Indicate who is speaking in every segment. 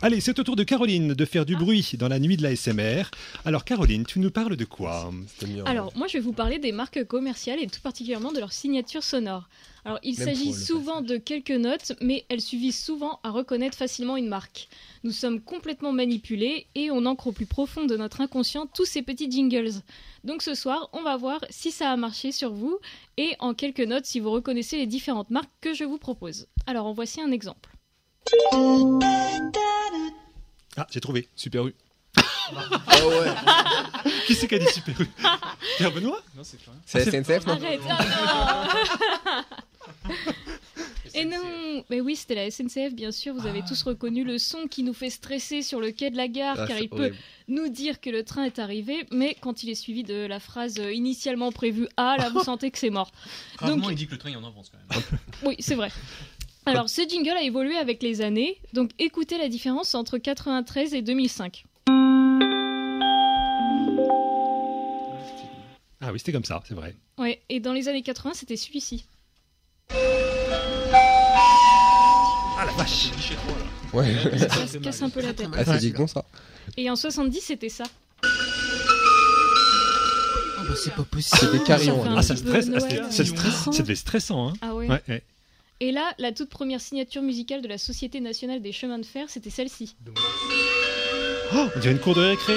Speaker 1: Allez, c'est au tour de Caroline de faire du bruit dans la nuit de la SMR. Alors Caroline, tu nous parles de quoi
Speaker 2: C'était mieux.
Speaker 3: Alors, moi, je vais vous parler des marques commerciales et tout particulièrement de leur signature sonore. Alors, il
Speaker 2: Même
Speaker 3: s'agit
Speaker 2: pour le
Speaker 3: souvent de quelques notes, mais elles suffisent souvent à reconnaître facilement une marque. Nous sommes complètement manipulés et on ancre au plus profond de notre inconscient tous ces petits jingles. Donc, ce soir, on va voir si ça a marché sur vous et en quelques notes si vous reconnaissez les différentes marques que je vous propose. Alors, en voici un exemple.
Speaker 1: Ah, j'ai trouvé, Super U.
Speaker 2: Ah ouais.
Speaker 1: Qui c'est qui a dit Super U Pierre Benoît
Speaker 4: Non, c'est pas.
Speaker 2: C'est SNCF, non
Speaker 3: Arrête ah non Et non Mais oui, c'était la SNCF, bien sûr. Vous avez tous reconnu le son qui nous fait stresser sur le quai de la gare,
Speaker 2: Ah,
Speaker 3: car
Speaker 2: c'est
Speaker 3: il peut
Speaker 2: horrible.
Speaker 3: nous dire que le train est arrivé, mais quand il est suivi de la phrase euh, initialement prévue Ah, là, vous sentez que c'est mort.
Speaker 4: Rarement,
Speaker 3: Donc-
Speaker 4: il dit que le train il en avance quand même.
Speaker 3: Oui, c'est vrai. Alors, ce jingle a évolué avec les années, donc écoutez la différence entre 93 et 2005.
Speaker 1: Ah oui, c'était comme ça, c'est vrai.
Speaker 3: Ouais, et dans les années 80, c'était celui-ci.
Speaker 1: Ah la vache
Speaker 4: Guichet 3 là.
Speaker 2: Ouais.
Speaker 3: Ça se casse un peu la tête.
Speaker 2: Ah, c'est dit bon ça.
Speaker 3: Et en 70, c'était ça.
Speaker 5: c'est pas
Speaker 2: C'est
Speaker 5: possible.
Speaker 2: des carillons.
Speaker 3: Ça
Speaker 2: hein.
Speaker 1: Ah ça
Speaker 3: petit peu
Speaker 1: stresse, ah,
Speaker 3: Noël.
Speaker 1: c'était- ça stresse, ça devait être stressant hein.
Speaker 3: Ah ouais.
Speaker 1: Ouais, ouais.
Speaker 3: Et là, la toute première signature musicale de la Société nationale des chemins de fer, c'était celle-ci.
Speaker 1: Oh, on dirait une cour de récré.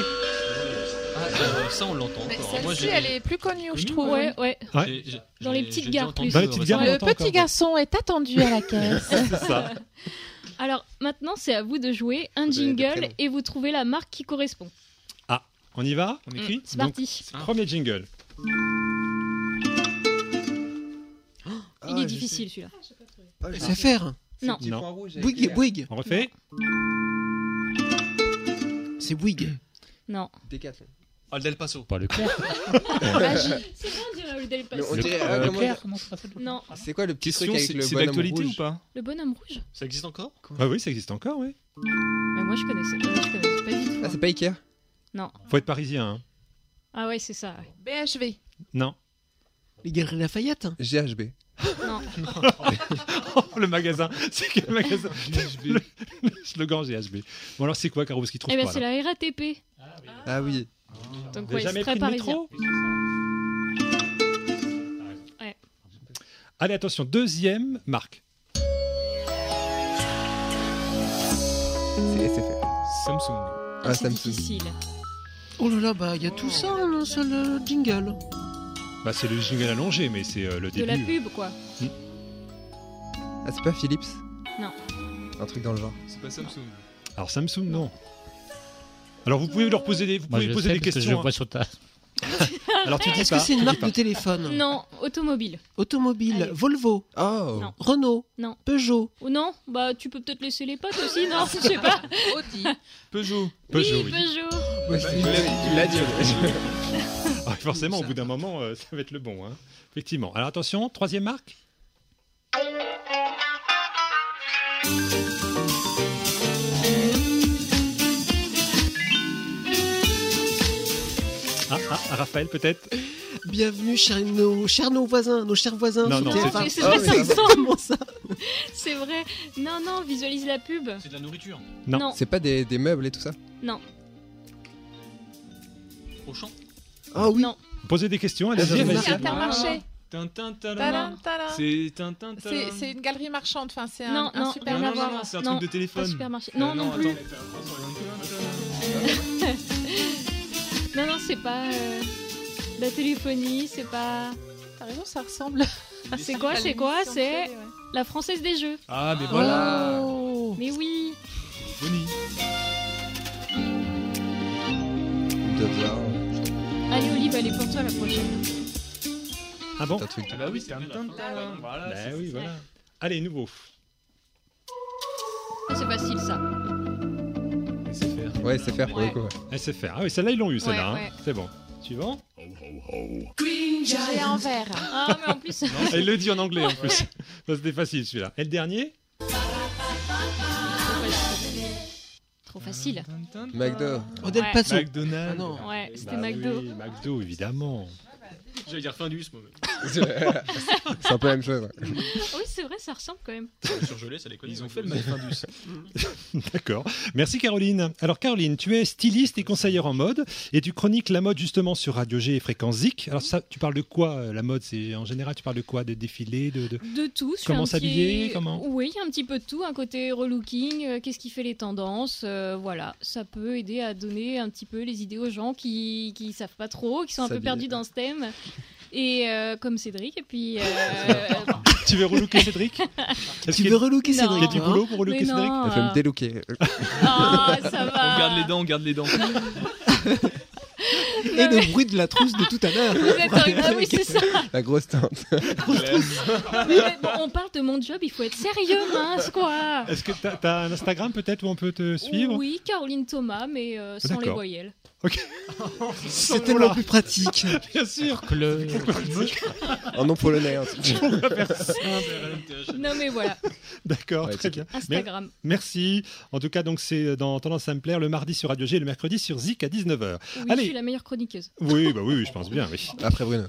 Speaker 4: Ah, ça, on l'entend
Speaker 6: Mais
Speaker 4: encore. Moi,
Speaker 6: celle-ci,
Speaker 4: j'ai.
Speaker 6: elle est plus connue,
Speaker 4: Oui,
Speaker 6: je trouve.
Speaker 3: Ah Ouais, ouais.
Speaker 1: Ouais.
Speaker 4: j'ai- j'ai-
Speaker 3: Dans les
Speaker 4: j'ai-
Speaker 3: petites
Speaker 4: j'ai
Speaker 3: gares,
Speaker 4: entendu euh,
Speaker 3: plus.
Speaker 1: Dans les petites gares,
Speaker 4: récemment.
Speaker 1: on
Speaker 5: Le
Speaker 1: l'entend encore.
Speaker 5: petit garçon est attendu à la caisse.
Speaker 1: C'est ça.
Speaker 3: Alors maintenant, c'est à vous de jouer un
Speaker 2: Vous avez des
Speaker 3: jingle
Speaker 2: prénoms.
Speaker 3: et vous trouvez la marque qui correspond.
Speaker 1: On y va On
Speaker 3: Mm, C'est
Speaker 1: Donc,
Speaker 3: parti.
Speaker 1: c'est le Premier jingle.
Speaker 3: Il est difficile celui-là.
Speaker 5: C'est faire.
Speaker 3: Non.
Speaker 1: Non.
Speaker 5: Bouygues, Bouygues.
Speaker 1: On refait
Speaker 5: C'est Bouygues.
Speaker 3: Non.
Speaker 2: Décathlon.
Speaker 4: Ah, le Del Paso.
Speaker 1: Pas le con.
Speaker 3: C'est bon, on dirait le Del
Speaker 2: Mais
Speaker 3: Paso.
Speaker 2: on dirait.
Speaker 1: euh,
Speaker 2: ah, comment-
Speaker 3: Non.
Speaker 2: C'est quoi le petit
Speaker 7: Question,
Speaker 2: truc avec
Speaker 7: c'est
Speaker 2: le
Speaker 7: c'est
Speaker 2: bonhomme
Speaker 7: d'actualité
Speaker 2: rouge
Speaker 7: ou pas
Speaker 3: Le bonhomme rouge
Speaker 4: Ça existe encore
Speaker 1: Ah oui, ça existe encore, oui.
Speaker 3: Mais moi, je connaissais, moi, je connaissais pas du tout. hein.
Speaker 2: Ah, c'est pas Ikea
Speaker 1: Faut être parisien. hein.
Speaker 3: Ah ouais, c'est ça. ouais.
Speaker 6: BHV.
Speaker 1: Non.
Speaker 5: Les Galeries Lafayette.
Speaker 2: GHB.
Speaker 3: Non.
Speaker 1: Oh, le magasin. C'est quel magasin GHB. Le slogan GHB. Bon, alors c'est quoi, Caro Parce qu'il trouve
Speaker 3: Eh ben,
Speaker 1: pas.
Speaker 3: c'est
Speaker 1: là.
Speaker 3: la RATP.
Speaker 2: Ah oui.
Speaker 3: Donc
Speaker 1: Vous avez
Speaker 3: ouais, c'est
Speaker 1: jamais
Speaker 3: très
Speaker 1: pris le
Speaker 3: parisien.
Speaker 1: métro Ah,
Speaker 3: Ouais.
Speaker 1: Allez, attention, deuxième marque.
Speaker 2: C'est SFR.
Speaker 7: Samsung.
Speaker 2: Ah,
Speaker 3: c'est
Speaker 2: Samsung.
Speaker 3: difficile.
Speaker 5: Oh là là, bah il y a tout ça en un seul euh, jingle.
Speaker 1: Bah, c'est le jingle allongé, mais c'est euh, le
Speaker 3: De
Speaker 1: début.
Speaker 3: la pub, quoi.
Speaker 2: Ah, c'est pas Philips
Speaker 3: Non.
Speaker 2: Un truc dans le genre.
Speaker 7: C'est pas Samsung.
Speaker 1: Alors Samsung, non. Alors vous pouvez leur poser des, vous pouvez poser des questions. hein.
Speaker 8: sur ta.
Speaker 1: Alors tu dis
Speaker 5: Est-ce que
Speaker 1: pas.
Speaker 5: c'est une
Speaker 1: tu dis
Speaker 5: marque
Speaker 1: pas.
Speaker 5: de téléphone
Speaker 3: Non, automobile.
Speaker 5: Automobile,
Speaker 3: Allez.
Speaker 5: Volvo,
Speaker 2: Oh
Speaker 3: Non.
Speaker 5: Renault,
Speaker 3: Non.
Speaker 5: Peugeot.
Speaker 3: Ou non Bah, tu peux peut-être laisser les potes aussi, non Je sais pas.
Speaker 6: Audi.
Speaker 7: Peugeot.
Speaker 1: Peugeot, oui.
Speaker 3: oui, Peugeot.
Speaker 2: Ouais, c'est-
Speaker 7: Bah,
Speaker 2: Il l'a dit.
Speaker 1: Ah, forcément, au
Speaker 5: Ça.
Speaker 1: bout d'un moment, euh, ça va être le bon. hein. Effectivement. Alors attention, troisième marque. Ah, ah, Raphaël peut-être
Speaker 5: Bienvenue chers nos, chers nos voisins, nos chers voisins.
Speaker 1: Non,
Speaker 5: sur
Speaker 1: non,
Speaker 5: TF1.
Speaker 3: c'est- c'est-
Speaker 5: Ah,
Speaker 2: c'est-
Speaker 5: c'est exactement ça.
Speaker 3: C'est vrai. Non, non, visualise la pub.
Speaker 4: C'est de la nourriture.
Speaker 1: Non.
Speaker 3: Non.
Speaker 2: C'est pas des, des meubles et tout ça
Speaker 4: Au champ.
Speaker 5: Ah oui.
Speaker 3: Non.
Speaker 1: Posez des questions,
Speaker 3: Ah,
Speaker 1: allez-y,
Speaker 2: Vas-y,
Speaker 1: allez-y.
Speaker 6: C'est Intermarché.
Speaker 7: Tintin
Speaker 6: Tadam,
Speaker 7: Talama.
Speaker 6: tadam.
Speaker 7: C'est Tintin
Speaker 6: C'est
Speaker 7: Talama.
Speaker 6: c'est une galerie marchande. Enfin, c'est un,
Speaker 3: Non,
Speaker 6: un
Speaker 3: non,
Speaker 6: super
Speaker 7: Non,
Speaker 3: rien
Speaker 7: non,
Speaker 3: à
Speaker 7: non,
Speaker 3: voir.
Speaker 7: non, c'est un
Speaker 3: Non,
Speaker 7: truc de
Speaker 3: Pas
Speaker 7: téléphone.
Speaker 3: supermarché.
Speaker 7: Euh,
Speaker 3: Non, non, plus.
Speaker 7: attends.
Speaker 3: Non, non, c'est pas euh, la téléphonie, c'est pas.
Speaker 6: T'as raison, ça ressemble.
Speaker 3: Ah, C'est quoi, c'est quoi C'est la française des jeux.
Speaker 7: Ah, mais voilà.
Speaker 5: Oh.
Speaker 3: Mais oui.
Speaker 7: Bonnie.
Speaker 2: Dodo.
Speaker 3: Allez, Olive, elle est pour toi la prochaine.
Speaker 1: Ah bon
Speaker 2: Un truc de-
Speaker 7: Ah bah oui, c'est Tintin Talama. Voilà.
Speaker 1: Bah
Speaker 7: c'est-
Speaker 1: oui, voilà. Allez, nouveau.
Speaker 3: Ah, c'est facile ça.
Speaker 7: Mais c'est faire.
Speaker 2: Ouais, c'est faire pour le
Speaker 3: Ouais.
Speaker 2: coup. ouais.
Speaker 1: SFR. Ah oui, celle-là, ils l'ont eu, celle-là.
Speaker 3: Ouais,
Speaker 1: hein.
Speaker 3: ouais.
Speaker 1: C'est bon. Suivant.
Speaker 6: J'ai en verre.
Speaker 3: Ah, mais en plus.
Speaker 1: Elle le dit en anglais en plus. Ça, C'était facile celui-là. Et le dernier
Speaker 3: Trop facile.
Speaker 7: Tintin Talama.
Speaker 2: McDo.
Speaker 5: Odel
Speaker 3: Ouais.
Speaker 5: Paso.
Speaker 7: McDonald's.
Speaker 5: Ah non.
Speaker 3: Ouais, c'était
Speaker 1: Bah
Speaker 3: McDo.
Speaker 1: oui, McDo, évidemment.
Speaker 7: J'allais dire Findus, moi. mais
Speaker 2: C'est un peu la même chose. ouais.
Speaker 3: Ah Oui, c'est vrai, ça ressemble quand même.
Speaker 4: Surgelé, ça les connaît.
Speaker 7: Ils ont fait le mal Findus.
Speaker 1: D'accord. Merci Caroline. Alors Caroline, tu es styliste et conseillère en mode et tu chroniques la mode justement sur Radio G et Fréquence Zik. Alors ça, tu parles de quoi euh, la mode C'est en général, tu parles de quoi De défilés, de, de-
Speaker 3: De tout. je fais
Speaker 1: Comment
Speaker 3: un petit-
Speaker 1: s'habiller, comment
Speaker 3: Oui, il y a un petit peu de tout. Un côté relooking, euh, qu'est-ce qui fait les tendances. euh, voilà, ça peut aider à donner un petit peu les idées aux gens qui qui savent pas trop, qui sont un peu
Speaker 2: S'habiller.
Speaker 3: perdus dans ce thème. Et euh, comme Cédric, et puis. euh,
Speaker 1: Tu veux relooker Cédric Est-ce
Speaker 5: Tu
Speaker 1: qu'il y
Speaker 5: veux
Speaker 1: a-
Speaker 5: relooker
Speaker 1: il
Speaker 3: Non.
Speaker 1: y a
Speaker 5: Cédric
Speaker 1: du
Speaker 5: toi, hein
Speaker 1: boulot pour
Speaker 3: mais
Speaker 1: relooker Cédric
Speaker 3: non,
Speaker 2: Je vais me
Speaker 3: euh,
Speaker 2: délooker.
Speaker 3: Ah, ça va.
Speaker 4: On garde les dents, on garde les dents.
Speaker 5: Et le bruit de la trousse de tout à l'heure.
Speaker 3: Vous êtes en- Ah oui, c'est ça.
Speaker 2: La grosse teinte.
Speaker 3: Mais bon, on parle de mon job, il faut être sérieux, mince, quoi.
Speaker 1: Est-ce que tu as, un Instagram peut-être où on peut te suivre
Speaker 3: Oui, Caroline Thomas, mais euh, sans les
Speaker 1: D'accord.
Speaker 3: voyelles.
Speaker 5: C'est tellement plus pratique.
Speaker 1: Bien sûr.
Speaker 2: En nom polonais. hein.
Speaker 3: Non, mais voilà,
Speaker 1: D'accord,
Speaker 2: Ouais,
Speaker 1: très
Speaker 2: c'est
Speaker 1: bien.
Speaker 3: Instagram.
Speaker 1: Merci. En tout cas, donc c'est euh, dans Tendance à me plaire le mardi sur Radio G et le mercredi sur Zik à 19h.
Speaker 3: Oui,
Speaker 1: Allez.
Speaker 3: je suis la meilleure chroniqueuse.
Speaker 1: Oui, bah oui, oui, je pense bien, oui.
Speaker 2: Après Bruno.